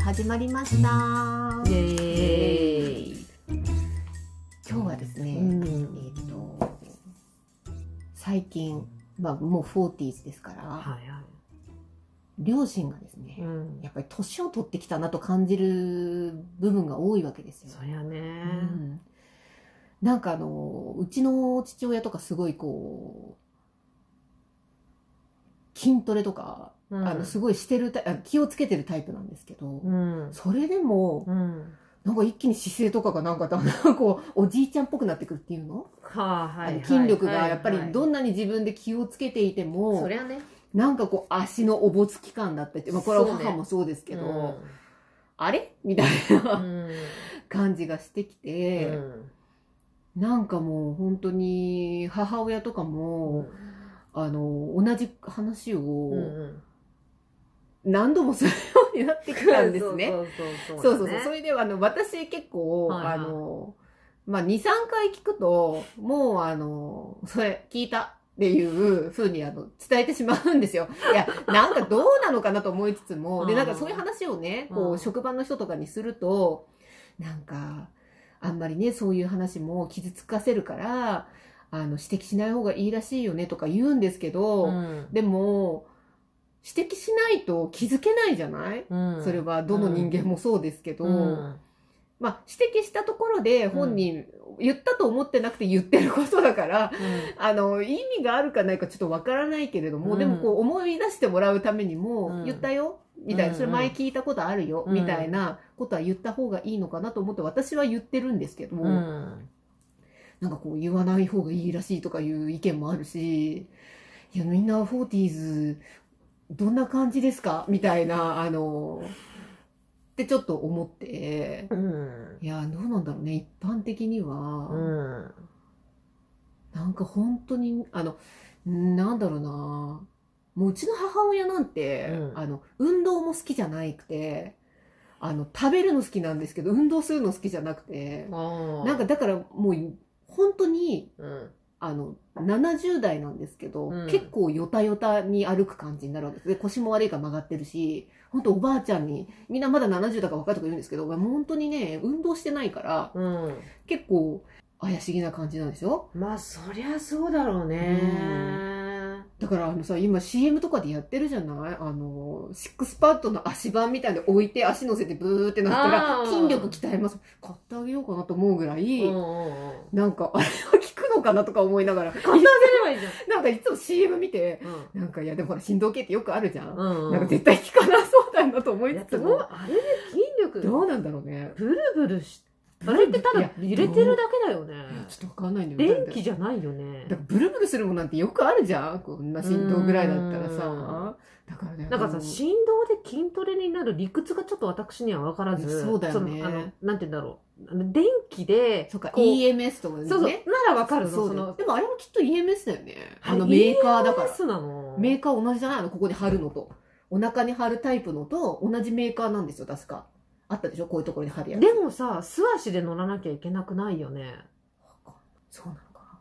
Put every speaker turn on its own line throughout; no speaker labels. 始まりました。
イエーイ。
えー今日はですね、
うん
えっ、と最近、まあ、もう40ですから、
はいは
両親がですね、
い。うん。
やっぱり年を取ってきたなと感じる部分が多いわけですよ。
そりゃね。
うんなんかあのうちの父親とかすごいこう筋トレとか、
うん
あのすごいしてるタイあ気をつけてるタイプなんですけど、
うん。
それでも
うん。
なんか一気に姿勢とかがなんかだんだんこう おじいちゃんっぽくなってくるっていうの、
はあ、はい
あ
は
の
い。
筋力がやっぱりど
ん
んなに自分で気をつけていても、
そりゃね。
なんかこう足のおぼつき感だったりって、まあ、これは
そうね
母もそうですけど、あれみたいな
う、ん。
感じがして
う
きて。
ん。
なんかもう本当に母親とかも、あの同じ話
う
を
ん。
何度もするようになってきたんですね。
そうそう
そ
そうう。
そうそう。それではあの私結構、
はいはい
あのまあ23回聞くともうあのそれ聞いた。っていう風にあの伝えてしまうんですよ。いや、なんかどうなのかなと思いつつも、で、
うん
なんかそういう話をね、こ
う
う、
ん
職場の人とかにすると、なんか、あんまりね、そういう話も傷つかせるから、あの、指摘しない方がいいらしいよねとか言うんですけど、
うん。
でも、指摘しないと気づけないじゃない
うん
それはどの人間もそうですけど、
うん
まあ、指摘したところで本人言ったと思ってなくて言ってることだから、あの意味があるかないかちょっとわからないけれども、
うん
でもこう思い出してもらうためにも、
うん
言ったよみたいな、それ前聞いたことあるよ、
うん
みたいなことは言った方がいいのかなと思って私は言ってるんですけど、
うん。うん
なんかこう言わない方がいいらしいとかいう意見もあるし、いや、みんなフォーティーズ、どんな感じですかみたいな、あの、ってちょっと思って、
うん。
いや、どうなんだろうね。一般的には、
うん。
なんか本当に、あの、なんだろうな。もううちの母親なんて、
うん
あの、運動も好きじゃないくて、あの、食べるの好きなんですけど、運動するの好きじゃなくて、
ああ。
なんか、だからもう、本当に、
うん。
あの、70代なんですけど、
うん
結構ヨタヨタに歩く感じになるわけです。で、腰も悪いから曲がってるし、本当おばあちゃんに、みんなまだ70だから若いとか言うんですけど、もう本当にね、運動してないから、
うん。
結構怪しげな感じなんでしょ
まあ、そりゃそうだろうね。
だからあのさ、今 CM とかでやってるじゃないあの、シックスパッドの足盤みたいで置いて足乗せてブーってなった
あ
ら
ー
筋力鍛えます。買ってあげようかなと思うぐらい、
うんうんうん。
なんかあれは効くのかなとか思いながら、
買ってあげればいいじゃん。
なんかいつも CM 見て、
うん
なんかいやでもほら振動系ってよくあるじゃん。
うん
なんか絶対効かなそうだなと思
い
い
や
つつ
でも
も、
あれで筋力
どうなんだろうね。
ブルブルしあれってただ揺れてるだけだよね
いやちょっとわかんないんだよね。
電気じゃないよね
だからブルブルするもんなんてよくあるじゃんこんな振動ぐらいだったらさ。だからね。
なんか
あ
さ
の
振動で筋トレになる理屈がちょっと私には分からず
そうだよね
そのあのなんて言うんだろうあの電気で
そうか、
こう
EMS とかね。
そうそうなら分かるの
そう
そ
だよ
の
でもあれもきっと EMS だよね。
あ
あのメーカーだから。
EMS なの
メーカー同じじゃないのここに貼るのと。お腹に貼るタイプのと同じメーカーなんですよ、確か。あったでしょこういうところに貼るやつ。
でもさ素足で乗らなきゃいけなくないよね
そうなのかな。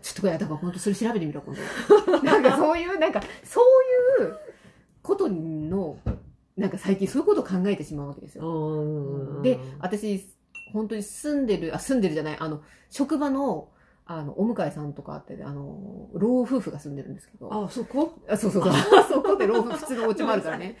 ちょっといやだから本当それ調べてみろ今 度。なんかそういうなんかそういうことのなんか最近そういうことを考えてしまうわけですよ。
うん
で私本当に住んでるあ住んでるじゃないあの職場のあのお向かいさんとかあってあの老夫婦が住んでるんですけど。
あそこ
あそうそうそう そこで老夫普通のお家もあるからね。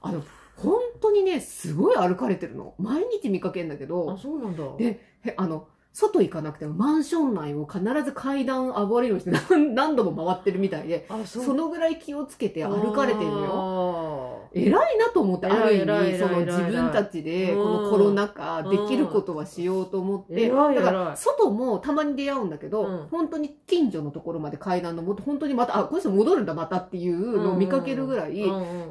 あの本当にねすごい歩かれてるの毎日見かけるんだけど。
あそうなんだ
でへあの、外行かなくてもマンション内を必ず階段上がれるようにして何何度も回ってるみたいで、
あ
そのぐらい気をつけて歩かれてるのよ。
よ
偉いなと思って、ある意
偉い偉
味、
い
その
偉い
自分たちで、このコロナ禍、できることはしようと思って、だ
偉い偉い
から、外もたまに出会うんだけ
うん
ど、本当に近所のところまで階段登って、本当にまた、あ、この人戻るんだ、またっていうのを見かけるぐらい、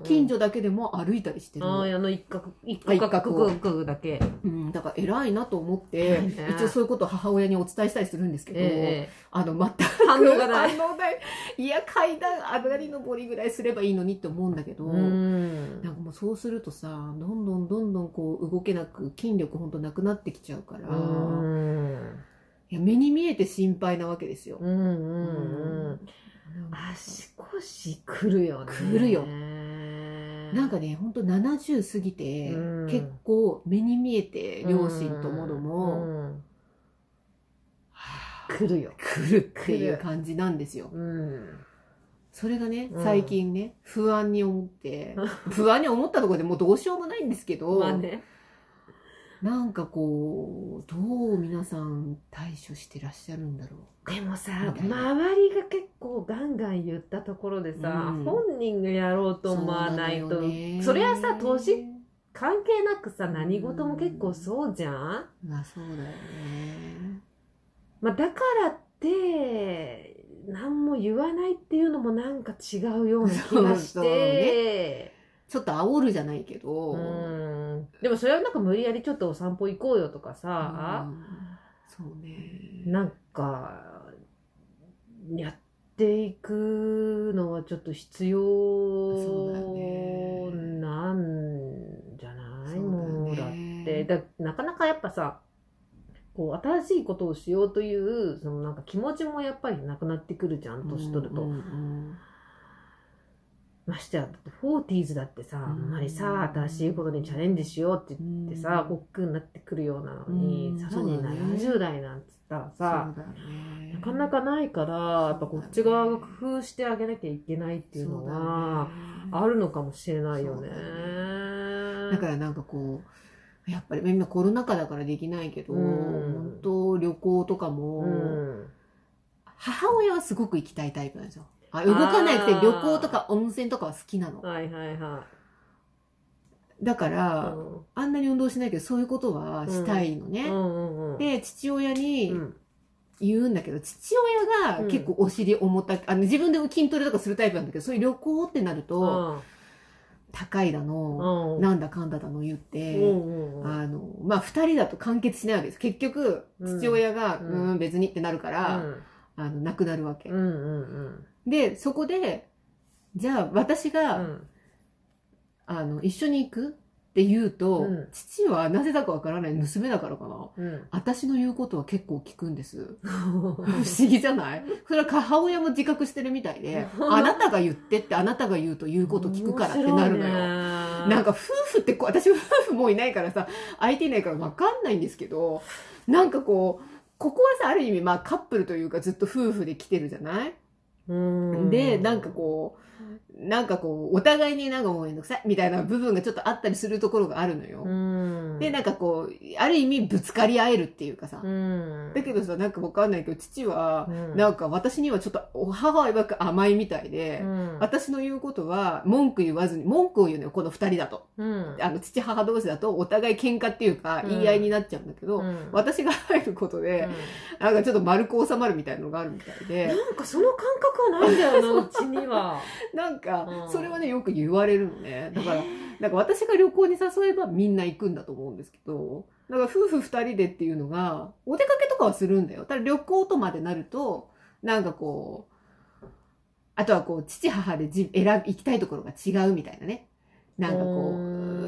近所だけでも歩いたりしてるの。
ああ、あの一角、一角、
あ一
一
角
角、一角だけ。
うん、だから偉いなと思って、
偉いね
一応そういうことを母親にお伝えしたりするんですけど、
え
あの、全
え
く
反応がない。
反応ないいや、階段上がり登りぐらいすればいいのにって思うんだけど、
うん
なんかもうそうするとさ、どんどんどんどんこう動けなく、筋力ほんとなくなってきちゃうから、
うん
いや目に見えて心配なわけですよ。
うんうんうん。
なんか
足腰くるよね。
くるよ
ねね。
なんかね、ほんと70過ぎて、
うん
結構目に見えて、両親ともど
う
も、
んうん来るよ。
来るってい
来
う
る
感じなんですよ。
うん。
それがね
う、ん
最近ね、不安に思って、不安に思ったところでもうどうしようもないんですけど、
まあね。
なんかこう、どう皆さん対処してらっしゃるんだろ
でもさ、
みたいな
周りが結構ガンガン言ったところでさ、
うん
本人がやろう
う。
と思わない
そ
と、
うのよね
それはさ年関係なくさ、何事も結構そうじゃん
まあそうだよね。
まあ、だからって、何も言わないっていうのもなんか違うような気がし
そうそうね
て、
ちょっと煽るじゃないけど、
うんでもそれはなんか無理やりちょっとお散歩行こうよとかさ、
うんそうね。
なんか、やっていくのはちょっと必
そうだよ
要
ね
なんじゃないも
そううだ
だ
よ
っ
ね
て。だなかなかやっぱさ、こう新しいことをしようというそのなんか気持ちもやっぱりなくなってくるじゃん年取ると、
うんうん
ましてやだってフォーティーズだってさ、あんまりさ
うん
新しいことにチャレンジしようって
う
言
ん
ってさ、億劫になってくるようなのに、
うん
さらに
そうだね
70代なんつったらさ、
そうだね
なかなかないから、やっぱこっち側が工夫してあげなきゃいけないっていうのは、
そうだね
あるのかもしれないよね
そう。だからなんかこう、やっぱり今コロナ禍だからできないけど、
うん
本当旅行とかも、
うん、
母親はすごく行きたいタイプなんですよ。あ動かないくて
あー
旅行とか温泉とかは好きなの。
はいはいは
だか
い。
ら、
うん
あんなに運動しないけど、そういうことはしたいのね。
うんうんうん、
で、父親
う
に
ん、
言うんだけど、父親が結構お尻重た、あの自分でも筋トレとかするタイプなんだけど、そういう旅行ってなると、高いだ
うん、
の、
うん、
なんだかんだだの言っ
う
て、
んうん
あの、まあ、二人だと完結しないわけです。結局、
うん
父親が、う、
うんん
別にってなるから、あの、亡くなるわけ。
うんうん
で、そこで、じゃあ私
う
が、
ん
あの、一緒に行くって言うと、
うん
父はなぜだかわからない娘だからかな。
うん
私の言うことは結構聞く んです。不
うん
思議じゃないそれは母親も自覚してるみたいで、あなたが言ってってあなたが言うと言うこと聞くからってなるのよ。なん
か、
か夫婦ってこう、私夫婦もういないからさ、相手いないからわかんないんですけど、なんかこう、ここはさ、ある意味まあカップルというかずっと夫婦で来てるじゃない
うん、
で、なんかこう、なんかこう、お互いになんかもうめんどくさいみたいな部分がちょっとあったりするところがあるのよ。
うん、
で、
な
なんかこう、ある意味ぶつかり合えるっていうかさ。
うん、
だけどさ、なんかわかんないけど、父は、
うん
なんか私にはちょっと、お母はわく甘いみたいで
う、ん、
私の言うことは文句言わずに、文句を言うのよ、この二人だと。
うん、
あの、父母同士だとお互い喧嘩っていうか、
うん
言い合いになっちゃうんだけど、
うん
私が入ることで、
う
なんかちょっと丸く収まるみたいなのがあるみたい
ん
で、
なんかその感覚はないんだよな、うちには。
なんか
う、ん
それはね、よく言われるのね。だから、なんか私が旅行に誘えばみんな行くんだと思うんですけど、だから夫婦二人でっていうのが、お出かけとかはするんだよ。ただ旅行とまでなると、なんかこう、あとはこう、父母でじ選び、行きたいところが違うみたいなね。なんかこ
うー
う、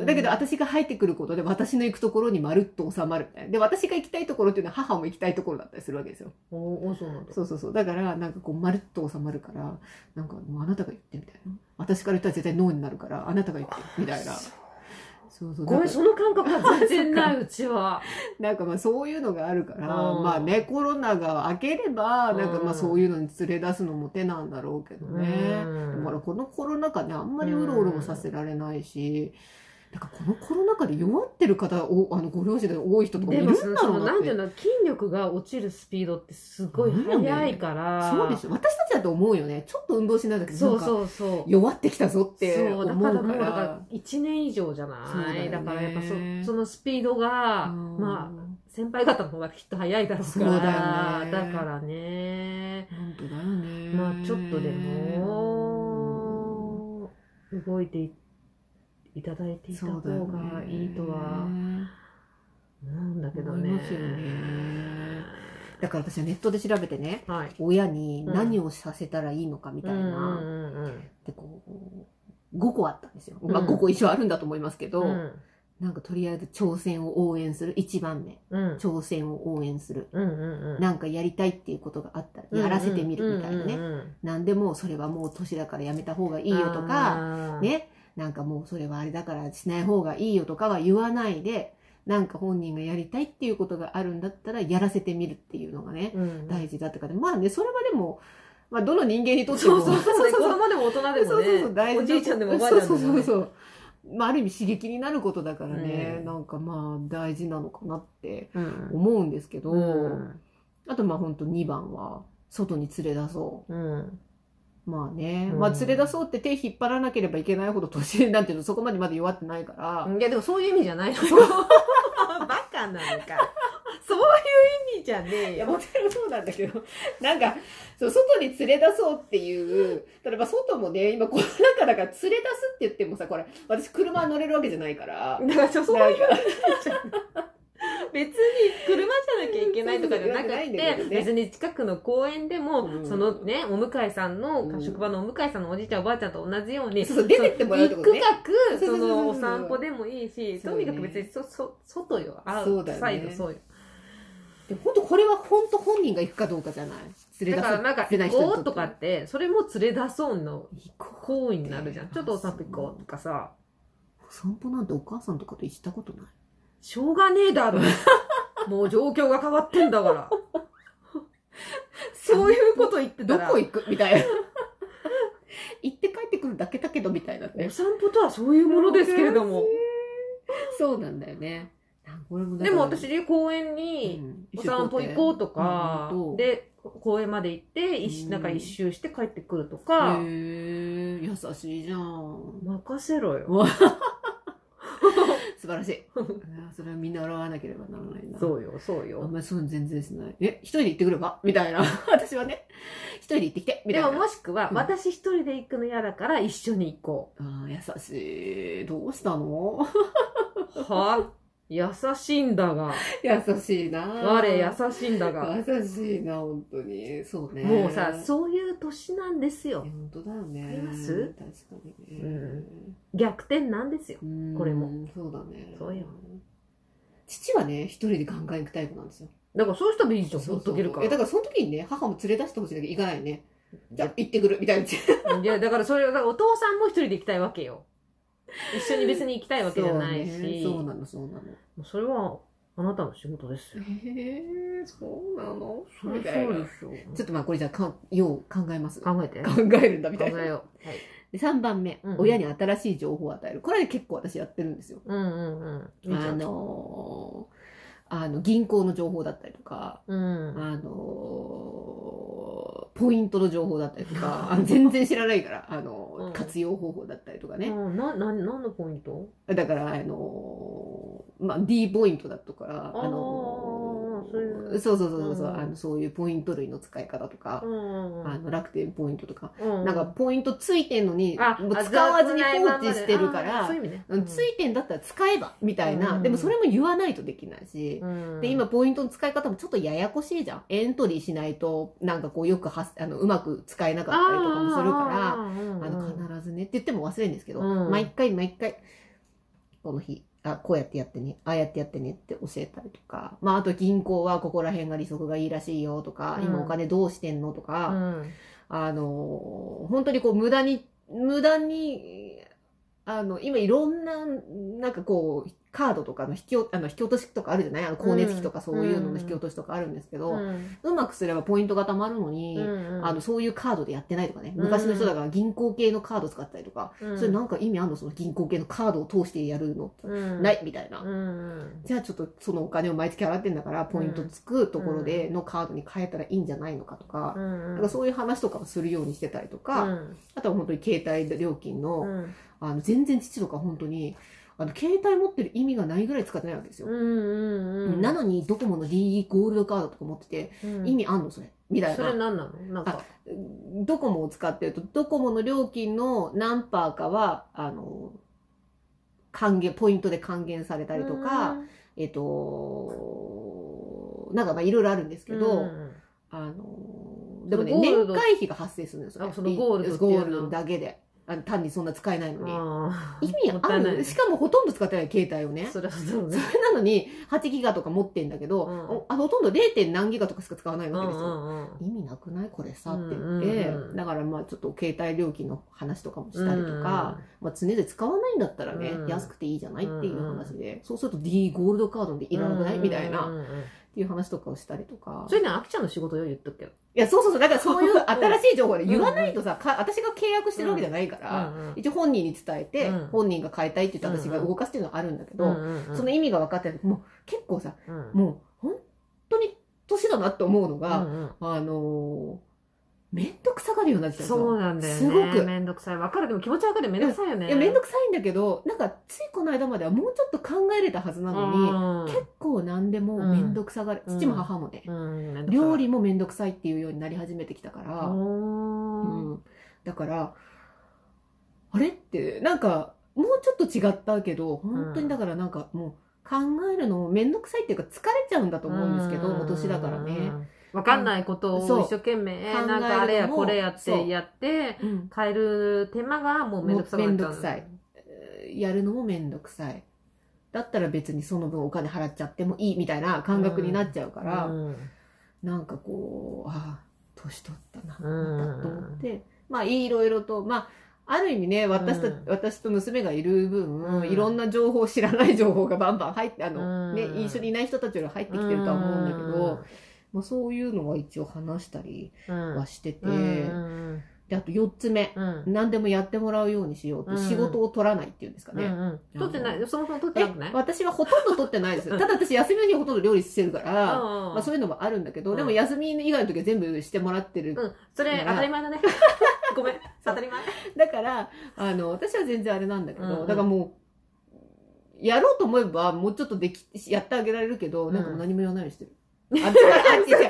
ん
だけど私が入ってくることで私の行くところにまるっと収まるみたいな。で、私が行きたいところっていうのは母も行きたいところだったりするわけですよ。
おお、そうなんだ。
そうそうそう。だから、なんかこう、まるっと収まるから、なんか、もうあなたが言ってみたいな。私から言ったら絶対ノーになるから、あなたが言って、みたいな。そうそう。
ごめん、
だか
その感覚は全然ない、うちは。
らなんかまあ、そういうのがあるから、
うん
まあね、コロナが明ければ、なんかまあ、
うん
そういうのに連れ出すのも手なんだろうけどね。だ
ん
から、このコロナ禍ね、あんまりうろうろもさせられないし、なんかこのコロナ禍で弱ってる方、おあの、ご両親で多い人とかもい
で
るん
も
だ
そのそ
ろ
の
う
な
なっ
んてい
て
う。の筋力が落ちるスピードってすごい速いから、
そうでしょ。私たちだと思うよね。ちょっと運動しないだけで
そ
なん
う
か
そうそう
弱ってきたぞって
そ
思
う
う
だ
か
かららもうだから1年以上じゃ
そうだ
な
よ
い
ね
だからやっぱそそのスピードが、
うん
まあ先輩方の方がきっと速いだろうから
そうだよね
からね
本当だよね
まあちょっとでも動いていいただいていた
そ
方
うだよね
がいいとは思うんだけどね
思いますよねだから私はネットで調べてね
はい
親に何をさせたらいいのかみたいな、
うんうんうんうん
でこう5個あったんですよ、まあ、
うん
5個一応あるんだと思いますけど、
うん
なんかとりあえず挑戦を応援する1番目
うん
挑戦を応援する
うんうんうん
なんかやりたいっていうことがあったらやらせてみるみたいなね、
うんうんうんうん
なんでもそれはもう年だからやめた方がい
い
いよとか、ね、なんかもうそれはあれだからしない方がいいよとかは言わないで、なんか本人がやりたいっていうことがあるんだったら、やらせてみるっていうのがね、
うん
大事だってかで、まあね、それはでも、まあどの人間にとって
そ
も、
うそうそう、ね、子供でも大人でもね
そうそうそう大事
お
な
じいちゃんでもおばあちゃんでも、ね、
そうそうそうそうまあ、ある意味刺激になることだからね、
うん
なんかまあ大事なのかなって
うん
思うんですけど、
うん
あとまあほんと2番は外に連れ出そ
うん
うまあね、
うん
まあ連れ出そうって手引っ張らなければいけないほど年なんていうのそこまでまだ弱ってないから、
いやでもそういう意味じゃないのよ バカなのか そういう意味じゃねえ
いや
よ
もちろんそうなんだけど、なんか、そう外に連れ出そうっていう、例えば外もね、今この中だから連れ出すって言ってもさ、これ、私車乗れるわけじゃないから、
だからちょそう
ないん
う
か
別に車じゃなきゃいけないとかじゃなく
そうそうそうじゃないんだけ
て
どね
別に近くの公園でも
うん
そのねお向井さん
う
の
ん
職場のお向井さんのおじいちゃんおばあちゃんと同じように
そうそう出てってもらうってことね
そう一区
そう
画そ
そうそうそう
のお散歩でもいいし
そう
と
ね
にかく別にそそ外よア
そう
ウ
だ
ト
よね
サイドそうよ
でも本当これは本当本人が行くかどうかじゃない連れ
だ
出
か
す
らなんか
出ない
行
人に
ことう
って
とかってそれも連れ出そうの
行こ
行為になるじゃんちょっとお散歩行こうとかさ
う散歩なんてお母さんとかと行ったことない
しょうがねえ だろもう状況が変わってんだからそういうこと言ってた
ど
ら
こ行くみたいな 行って帰ってくるだけだけどみたいな
お
ね
散歩とはそういうものですけれども。
そうなんだよねなんこれもだ
で
から
も私、公園に
ん
お散歩行こうとか
うんうん、
で、公園まで行って、一
う
周
ん
なんか一周して帰ってくると
へ
か、
え優しいじゃん
任せろよ。
素晴らしいあーそれは見習わなければならない な
そうよ、そう
あん
よ。
まりそういうの全然しないえ一人で行ってくればみたいな 私はね一人で行ってきてみ
で
たいな
ももしくは、
うん
私一人で行くの嫌だから一緒に行こ
ああ、優しい。どうしたの
う。は優しいんだが、
優しいな。
我優しいんだが。
優しいな、本当に。そうね。
もうさ、
う。
そういう年なんですよ。
本当だよね。
わかります
確かに
う
ね。
逆転なんですよ。
うん
これも。
そうだね。
そうよ
父はね、一人でガンガン行くタイプなんですよ。
だからそういう人でいいじゃん、
そ
ほっ
うそ
と
う
けるか
いやだ
ら。
からその時にね、母も連れ出してほしいんだけど、行かないよね。じゃあ、行ってくる、みたい な。
いや、だからそれは、だからお父さんも一人で行きたいわけよ。一緒に別に行きたいわけじゃない
そ
し、
うねそうなの、そうな
も
の。
うそれはあなたの仕事ですよ。
へえ、そうなの
そりゃそうでしょ
ちょっとまあ、これじゃあかん、よう考えます。考
考えて。考
えるんだ、みたいな
え。よう。はい、
で3番目、
うん
親に新しい情報を与えるこれで結構私やってるんですよ。
うんうんうん。いいじ
あ
ゃん
のーあの銀行の情報だったりとか、
うん。
あのーポイントの情報だったりとか あの全然知らないから、あのー
うん
活用方法だったりとかね、
うんな、な、何のポイント
だから、あのーまあ、D ポイントだとか、
あー
あのー
そういう
そうそうそうそう、
うん
あのそういうポイント類の使い方とか
う、ん。
あの楽天ポイントとか、
うん
なんか、ポイントついてんのに
あ、
もう使わずに放置してるから
あそういう意味ね。
うんついてんだったら使えばみたいな、
うん
でもそれも言わないとできないし、
うん
で今、ポイントの使い方もちょっとややこしいじゃんエントリーしないとなんかこうよくはあのうまく使えなかったりとかもするから
あー
あの必ずねって言っても忘れるんですけど、
うん
毎回毎回この日あこうやってやってねああやってやってねって教えたりとか、まあ、あと銀行はここら辺が利息がいいらしいよとか、
うん
今お金どうしてんのとか、
うん
あの、本当にこう無駄に、無駄に、あの、今いろんな、なんかこう、カードとかの引きおあの引き落としとかあるじゃないあの、光熱費とかそういうのの引き落としとかあるんですけど、う
うん
まくすればポイントが貯まるのに、
うん
あの、そういうカードでやってないとかね。昔の人だから銀行系のカード使ったりとか、
うん
それなんか意味あんのその銀行系のカードを通してやるの、
うん
ないみたいな。
うん
じゃあちょっとそのお金を毎月払ってんだから、ポイントつくところでのカードに変えたらいいんじゃないのかとか、
うん
なんかそういう話とかもするようにしてたりとか、
うん
あとは本当に携帯料金の、
うん
あの全然父とか本当にあの携帯持ってる意味がないぐらい使ってないわけです
うん
よ。
うんうん
なのにドコモの D ゴールドカードとか持ってて、
うん
意味あんのそれみたい
それ
な。
何なのなんか
ドコモを使ってるとドコモの料金の何パーかはあの還元ポイントで還元されたりとか、えっとなんかまあいろいろあるんですけ
うん
ど。
うん
あのーでもね、
そのゴール
年
ド
会費が発生するんですよ、
あそのゴールドっていうの
ゴールドだけで。あの単にそんな使えないのに。
あー
意味
もった
あ
いない
る
ね
しかもほとんど使ってない携帯をね。そ
そりゃそう
れ
ね。
なのに8ギガとか持ってんだけど、
うん
おあほとんど 0. 点何ギガとかしか使わないわけですよ。
うんうんうん
意味なくないこれさって言って、
うんうんうん
だからまあちょっと携帯料金の話とかもしたりとか、、まあ、常で使わないんだったらね、
うん
安くていいじゃないっていう話で、そうすると D ゴールドカードでいらなくないみた
う
い
んう
なん
うんうん。
っていう話とかをしたりとか
それね、あきちゃんの仕事よ、言っとくけど。
いやそうそうそうだからそういう新しい情報で言わないとさ、か私が契約してるわけじゃないから、
うん
一応本人に伝えて、
うん
本人が変えたいって言って私が動かすっていうのはあるんだけど、その、意味が分かってないもう結構さもう本当に年だなって思うのが、
が、
あのー、めんどくさがるようになっちゃうの
そうなんだよね。
すごく
めんどくさい。わかる。でも気持ちわかる。めんどくさいよね。
いやめんど
く
くさいんだけどなんかついこの間まではもうちょっと考えれたはずなのに、結構何でもめんどくさがる、
うん
父も母もね、
構
料理もめんどくさいっていうようになり始めてきたから、
うん
うんだからあれってなんかもうちょっと違ったけど本当にだからなんかもう考えるのもめんどくさいっていうか疲れちゃうんだと思うんですけど、お年だからね、。
わかんないこと
そう
を一生懸命、
考えるの
な
も
んかあれやこれやっ
そう
てやって、
うん
変える手間がもうめんどくさくなっちゃう。
もうめんどくさい。えーやるのもめんどくさいだったら別にその分お金払っちゃってもいいみたいな感覚になっちゃうから、
うん
なんかこうああ年取ったな
うん
またと思って、まあいろいろとまあある意味ね私と,、
うん
私と娘がいる分、
うん
いろんな情報知らない情報がバンバン入ってあの、
うん
ね、一緒にいない人たちより入ってきてるとは思うんだけど、まあ、そういうのは一応話したり
うん、
はしてて、
うんうん
であと4つ目
うんうん
何でもやってもらうようにしようと、
うん
仕事を取らないっていうんですかね、
うんうん、取ってな
あ
い、そもそも取って
え
なくない
私はほとんど取ってないですよただ私休みの日ほとんど料理してるから、ま
ま
あ、そういうのもあるんだけど、
うん
でも休み以外の時は全部してもらってる、
うん、それ
ね
当たり前だね。 ごめん、当たり前。
だからあの私は全然あれなんだけど、
うんうん
だからもうやろうと思えばもうちょっとできやってあげられるけど、
うん
なんかもう何も言わないようにしてる。あっちから あっち違う違う違う本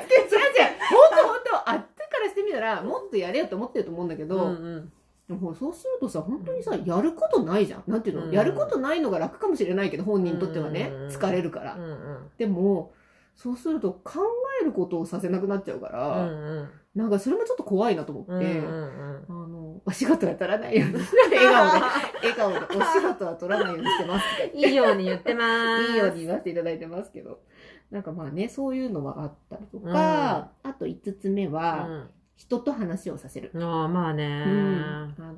当本当あっちからしてみたらもっとやれよと思ってると思うんだけど、
うんうん
でもほらそうするとさ本当にさやることないじゃんなんていうの、
うん
やることないのが楽かもしれないけど本人にとってはね、
うん
疲れるから
う、ん
でもそうすると考えることをさせなくなっちゃうか
う
ら、
ん
なんかそれもちょっと怖いなと思って、
うんうんうん
あのお仕事は取らないように笑顔 で笑顔でお仕事は取らないようにしてますとか言って
いいように言ってまーす。
いいように言わせていただいてますけどなんかまあねそういうのはあったりとか、あと5つ目
う
は、
ん
人と話をさせる、
ああ、まあね
う
ー
ん。あの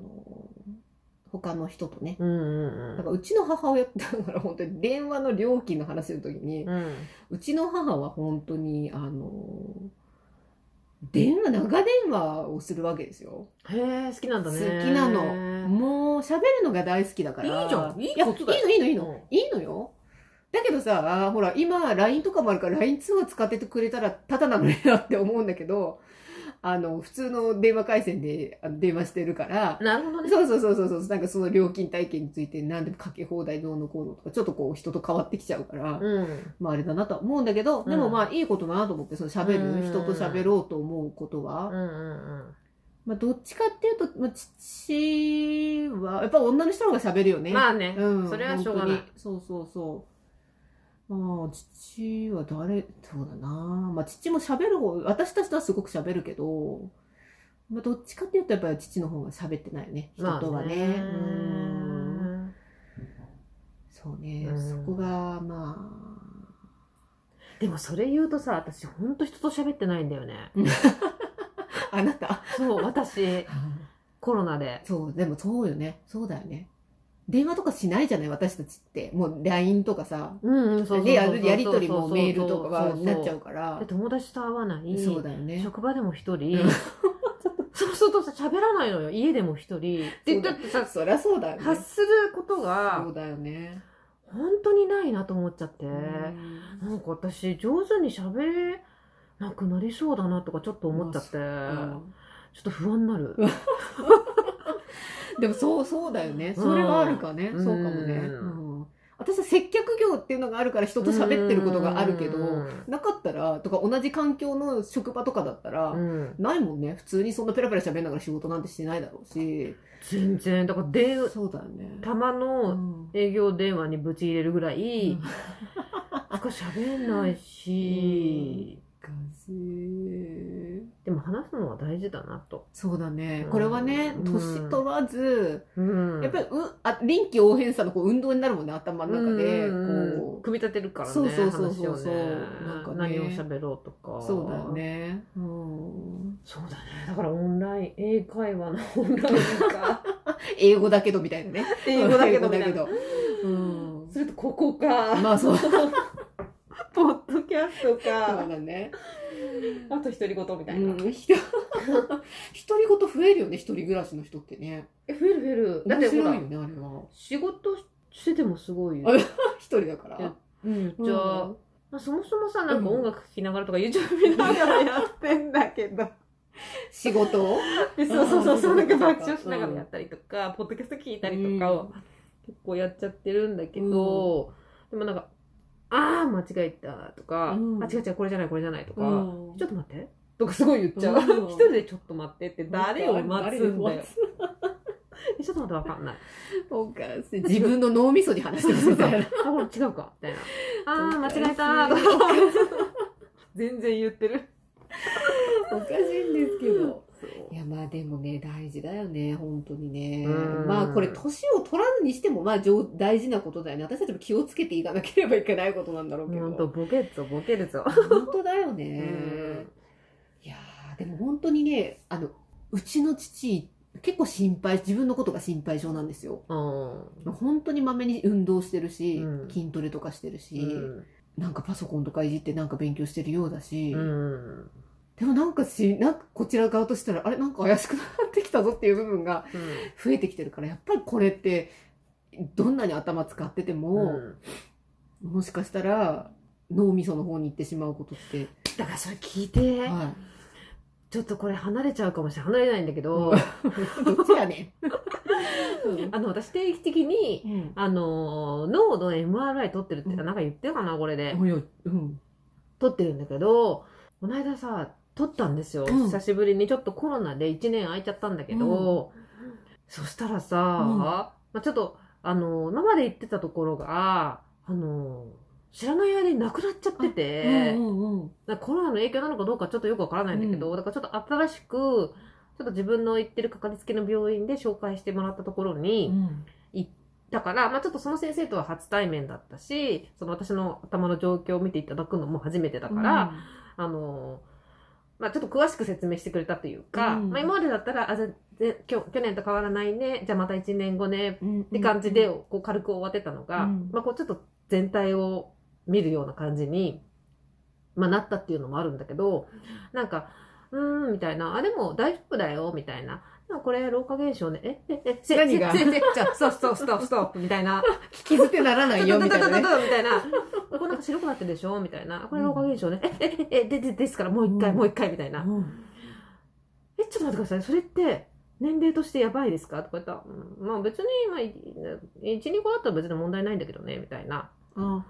他の人とね
うんう
だ
ん
からうちの母親だから本当に電話の料金の話の時に、
うん。うん
うちの母は本当に、あの、電話、長電話をするわけですよ。
へえ、好きなんだね。
好きなの。もう喋るのが大好きだから。
いいじゃんいいことだよ
やいいの、いいの、いいの。
うん
いいのよ。だけどさ、ほら、今、LINE とかもあるから、LINE 通話使っててくれたら、ただなのになって思うんだけど、あの、普通の電話回線であの電話してるから、
なるほどね。
そうそうそうそうそう、なんかその料金体系について何でもかけ放題どうのこうのとか、ちょっとこう人と変わってきちゃうから、
うん。
まああれだなとは思うんだけど、
うん
でもまあいいことだなと思って、その喋
うん
る、人と喋ろうと思うことは、
うんうん
まあどっちかっていうと、まあ父は、やっぱ女の人の方が喋るよ
う
ね。
ん。まあね、
うん、
それはしょうがない
本当に。そうそうそう。まあ父は誰、そうだな。まあ父も喋る方、私たちとはすごく喋るけど、まあどっちかっていうとやっぱり父の方が喋ってないよね、人とはね。
まあ
うん
ね
そうね、
うん
そこがまあ、
でもそれ言うとさ、私ほんと人と喋ってないんだよね。
あなた。
そう、私、コロナで。
そう、でもそうよね。そうだよね。電話とかしないじゃない、私たちって。もう LINE とかさ、
うんうん、そうそうそうそう。
でやるやりとりもメールと
そ
か
う
が
そうそう
なっちゃうから
で。友達と会わない。
そうだよね。
職場でも一人
うん。
そうするとさ、喋らないのよ。家でも一人。
そ
で、
うだ
だってさ、
そりゃそうだよね。
発すること
そ
が
う、だよね。
本当にないなと思っちゃって。なん
うん
か私、上手に喋れなくなりそうだなとかちょっと思っちゃって。ちょっと不安にな る。
でもそう、そうだよね。
うん
それはあるかね。
うん
そうかもね。うん私は接客業っていうのがあるから人
人
と喋ってることがあるけど、
う
なかったら、とか同じ環境の職場とかだったら、
ん。
ないもんね。普通にそんなペラペラ喋りながら仕事なんてしてないだろうし。
全然、だから電話、
そうだよね。
たま
う
の
ん
営業電話にぶち入れるぐらい、なんか喋んないし、
難しい。
でも話すのは大事だなと。
そうだね
う。ん
これはね、
うん
年取らず、
うん
やっぱり、う、あ、臨機応変さのこう運動になるもんね、頭の中で。
うん
こ
組み立てるからね。
そうそうそうそ
話
う
をね
なんかね
何を喋ろうとか。
う、そうだよ。ね。うん。
そうだね。だからオンライン、英会話のオンラインか。
英語だけどみたいなね。
英語だけ
英
どみたいな。
うん。
するとここか。
まあそう。そう
ポッドキャスト
だ
か。
ね。
あと独り言みたいな。
うん。ひと 独り言増えるよね、一人暮らしの人ってね。
え、増える増える。だっ
面
てほ
白い
ら
よ、ね、あれは。
仕事しててもすごいよ。
あ一人だから。
やうん、
うん
じゃあ、まあ、そもそもさ、なんか音楽聴きながらとか YouTube 見ながらやってんだけど。
仕事を
でそうそうそうそう、
うん
なんか爆笑しながらやったりとか、ポッドキャスト聞いたりとかを結構やっちゃってるんだけど、でもなんか、あー、間違えたとか、
うん
あ、違う違う、これじゃない、これじゃないとか、
うん
ちょっと待ってとかすごい言っちゃう。
うん
一人でちょっと待ってって、誰を待つんだよ。 えちょっと待って、わかんない。
おかしい。自分の脳みそに話してるみたいな。
あ、これ違うかみたい な。あー、間違えた
お
と
かしい
か。全然言ってる。
おかしいんですけど。
そう
いやまあでもね大事だよね本当にね
うん
まあこれ年を取らずにしてもまあ上大事なことだよね私たちも気をつけていかなければいけないことなんだろうけど
ほんと、ボケるぞ、ボケるぞ。
本当だ よ
う
ね
ん
いやーでも本当にねあのうちの父結構心配自分のことが心配性なんですよ
うん
本当にまめに運動してるし、
うん
筋トレとかしてるし、なんかパソコンとかいじってなんか勉強してるようだし、
うん
でもなんかしなんかこちら側としたらあれなんか怪しくなってきたぞっていう部分が
うん
増えてきてるからやっぱりこれってどんなに頭使ってても、
うん
もしかしたら脳みその方に行ってしまうことって、
だからそれ聞いて、
は
ちょっとこれ離れちゃうかもしれない離れないんだけど、
い、 どっちやねん
あの私定期的に
うん
あのー脳の MRI 撮ってるって、
うん
なんか言ってるかなこれで、
おいおいうん
撮ってるんだけどこの間さ撮ったんですよ、
うん
久しぶりにちょっとコロナで1年空いちゃったんだけど、そしたらさ、
うん
まあ、ちょっとあのー今まで行ってたところがあのー知らない間になくなっちゃってて。
うんうんうん
だからコロナの影響なのかどうかちょっとよくわからないんだけど、だからちょっと新しく、ちょっと自分の行ってるかかりつけの病院で紹介してもらったところに、
うん
だから、まあちょっとその先生とは初対面だったし、その私の頭の状況を見ていただくのも初めてだから、あのまあちょっと詳しく説明してくれたというか、
うん
まあ今までだったら、あ、じゃあぜ去去年と変わらないね、じゃあまた1年後ね、
うん、っ
って感じで、こう軽く終わってたのが、
うん
まあこうちょっと全体を見るような感じに、まあなったっていうのもあるんだけど、なんか、うーん、みたいな、あ、でも大丈夫だよ、みたいな。でもこれ、老化現象ね、え、え、え、せ、
何が
せ、せ、せ、じゃあストップ、ストップ、ストップ、ストップ、みたいな。
聞き捨てならないよみたいな、
ド
ね、
ドドドドドドみたいな。ここなんか白くなってるでしょみたいな。これ老化現象ね。え、え、え、え、で、で、ですからもう一回、
うん
もう一回、みたいな。え、ちょっと待ってください。それって、年齢としてやばいですかとか言ったら、うんまあ別に、まあ、い1、2個だったら別に問題ないんだけどね、みたいな。
うん、あ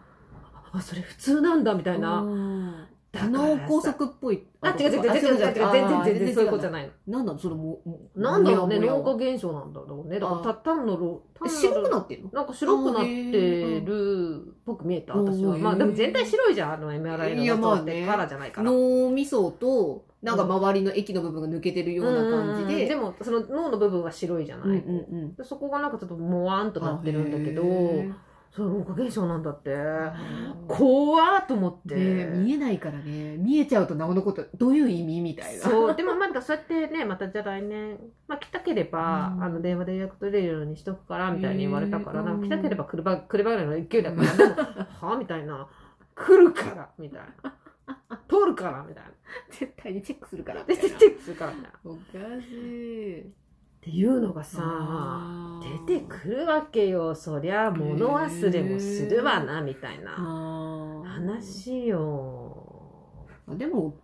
あ、それ普通なんだ、みたいな。
な
だから
脳
さ
梗塞っぽい
あ、違う違う違う違う違う違う。全然全然そういうことじゃ
い
ないの。
なんだそれもも
なんだろうね、
もやも
脳
や
化現象なんだろうね。だから
あ
た、単のろ、単
え
なる
白くなってるの
なんか白くなってるっぽく見えた、私は。
うん
まあでも全体白いじゃん、あの MRI
いや
の
まあ
画像っ
ね
てカラーじゃないから。
脳みそとなんか周りの液の部分が抜けてるような感じ
うんうんうん
で
でも、その脳の部分は白いじゃない。
うんうんうん
でそこがなんかちょっともわーんとなってるんだけど
あ、へ
そう、老化現象なんだって。
ー
怖ーと思って。
ね見えないからね見えちゃうとなおのことどういう意味みたいな
そう、でもまあなんかそうやってね、またじゃあ来年、まあ来たければ、
うん
あの電話で予約取れるようにしとくから、みたいに言われたから、
へー
なんか来たければ来れば、来ればぐらいの勢いだから、でも、はみたいな。来るからみたいな。通るからみたいな。
絶対にチェックするから
で、チェックするからみたいな。っ
おかしい
ていうのがさ、出てくるわけよ。そりゃ、物忘れもするわな、みたいな。話よ。
でも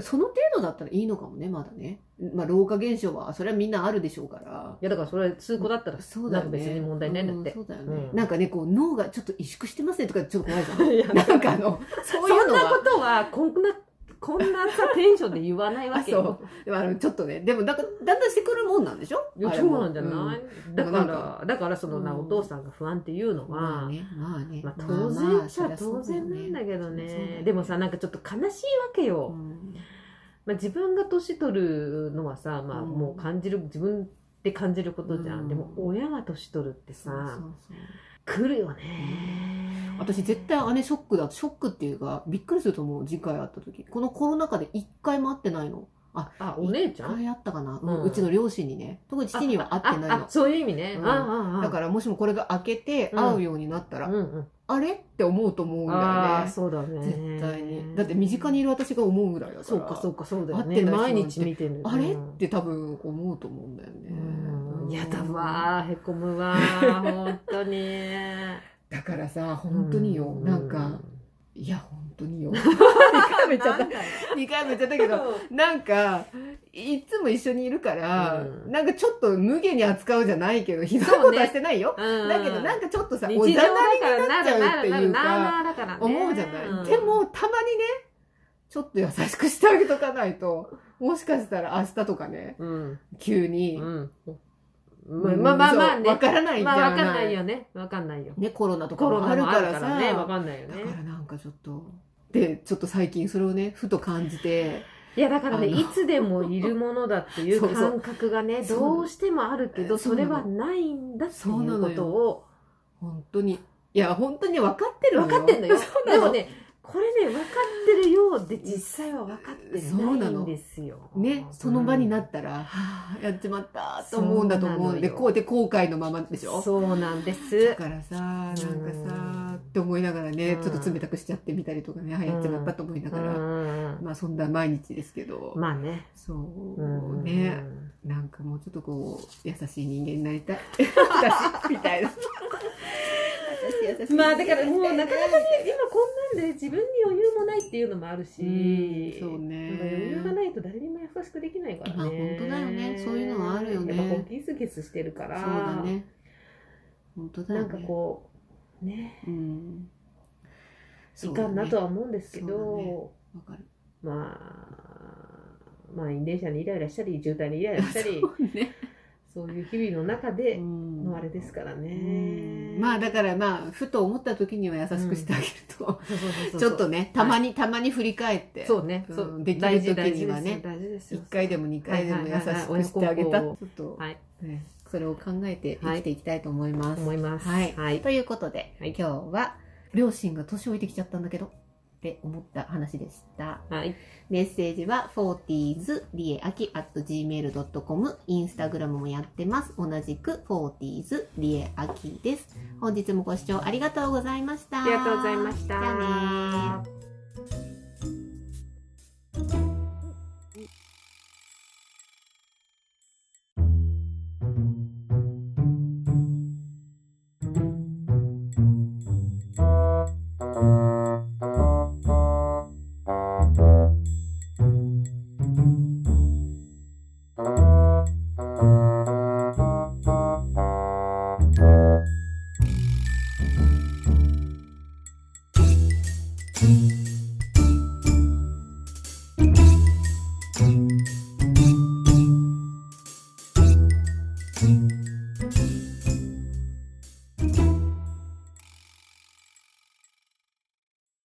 その程度だったらいいのかもねまだねまあ老化現象はそれはみんなあるでしょうから
いや、だからそれ、通行だったら、
そうだよね。
なんか別に問題ないんだって
うそうだよね。
うん
なんかね、こう、脳がちょっと萎縮してますねとか、ちょっと 怖いじ ゃ
いや
ん。なんかあの、そういうの
そんな
は、
ことはこんなこんなさテンションで言わないわ
あ、
け
そ
よ
う。でもあの、ちょっとね、でも、だから、だんだんしてくるもんなんでしょ
いやそうなんじゃない、だか
なんから
だからそのな、
うん
お父さんが不安っていうの
まあ
は、
ね、まあね。
まあ、当然っちゃ当然なんだけどね,、でもさ、なんかちょっと悲しいわけ
う
よ、
ん
まあ、自分が年取るのはさ、まあ、
うん
もう感じる、自分で感じることじゃん、
うん
でも親が年取るってさ
そうそう
来るよね、
私絶対姉ショックだショックっていうかびっくりすると思う次回会った時このコロナ禍で一回も会ってないの
あお姉ちゃ
一
ん
回会ったかな、うん
うん
うちの両親にね特に父には会ってない
あ
の
あそういう意味ね、
うん
あああ
だからもしもこれが開けて
うん
会うようになったら、
うんうん
あれって思うと思うんだ
あ
よ
あ
ね
そうだね
絶対にだって身近にいる私が思うぐらいだから
そうかそうかそうだよ
会
ね
ってない人なん
毎
て
日見てる
あれって多分思うと思うんだよね、
うん
うん
やだわーへこむわー本当に
だからさ本当によ、
う
なんかいや本当によ2回目言っちゃっ
な
た
んだよ
2回目言っちゃったけどなんかいつも一緒にいるから、
うん
なんかちょっと無下に扱うじゃないけどひどいことはしてないよ、だけどなん
か
かちょっとさ
日
お
常
ざ
だ
なり
からな
ちゃ
るなる
うっ
な
てい
る
うか
なるだからね
思うじゃない、
うん
でもたまにねちょっと優しくしてあげとかないともしかしたら明日とかね
うん
急に、
うんまあまあまあ
そう
ね
わからないじゃ
ま
ない,、
あわかんないよねわかんないよ
ねコロナとか
コロ
も
ナ
ある
も
か
ある
ら
か
さ
らねわかんないよ
だ
ね
からなんかちょっとでちょっと最近それをねふと感じて
いやだからね
あの
いつでもいるものだって いう
そうそう
感覚がね
そう
どうしてもあるけど
そ
そう
な
れ
の
はないんだってい
そうな
う
の
こ
よ
とを
本当にいや本当に分かってるの
分かってんのよ
そうな
で
の
もねこれね分かってるようで実際は分かってないんですよ
ねその場にな
って
ったら、はあやっちまったと思うんだと思うんで
そうなのよ
こうで後悔のままでしょ
そうなんで
だ
す
からさなんかさ
うん
って思いながらね
うん
ちょっと冷たくしちゃってみたりとかね、あやっちまったと思いなが
う
ら、
ん
まあそんな毎日ですけど、
まあね
そう、
うん
ねなんかもうちょっとこう優しい人間にな りたい私みたいな私優しい人間になりたい
まあだからもうなかなかね今こんなんで自分に余裕もないっていうのもあるし
うんそう
やっぱ余裕が
ね
ないと誰にも優しくできないからね。
まあ本当だよねそういうのはあるよね
やっぱこうギスギスしてるから。
そうだね本当だよ
な
ね
んかこう、ね、
うん
いかんなと
わ
は思うんですけ
そうだ
ど、
かる
まあ、満員電車にイライラしたり、渋滞にイライラした り、
ね
そういう日々の中で
ん
のあれですから
う
ね
ん。まあだからまあふと思った時には優しくしてあげる
そ
と、
うそうそうそう
ちょっとねたまに、たまに振り返って
そうね、
うん
そう
できる
大事
時にはね
大事ですよ
1
大事ですよ。
回でも2回でも優しくしてあげ
はいはいは
た
い
ち
はい
ょっと、
はい
ねそれを考えて生きていきたいと思います。
思います。
はい
はい。
ということで、
はい
今日は両親が年老いてきちゃったんだけどって思った話でした。
はい。
メッセージは 40s リエアキ at gmail.com インスタグラムもやってます。同じく 40s リエアキです。本日もご視聴ありがとうございました。
ありがとうございました。
じゃあねー。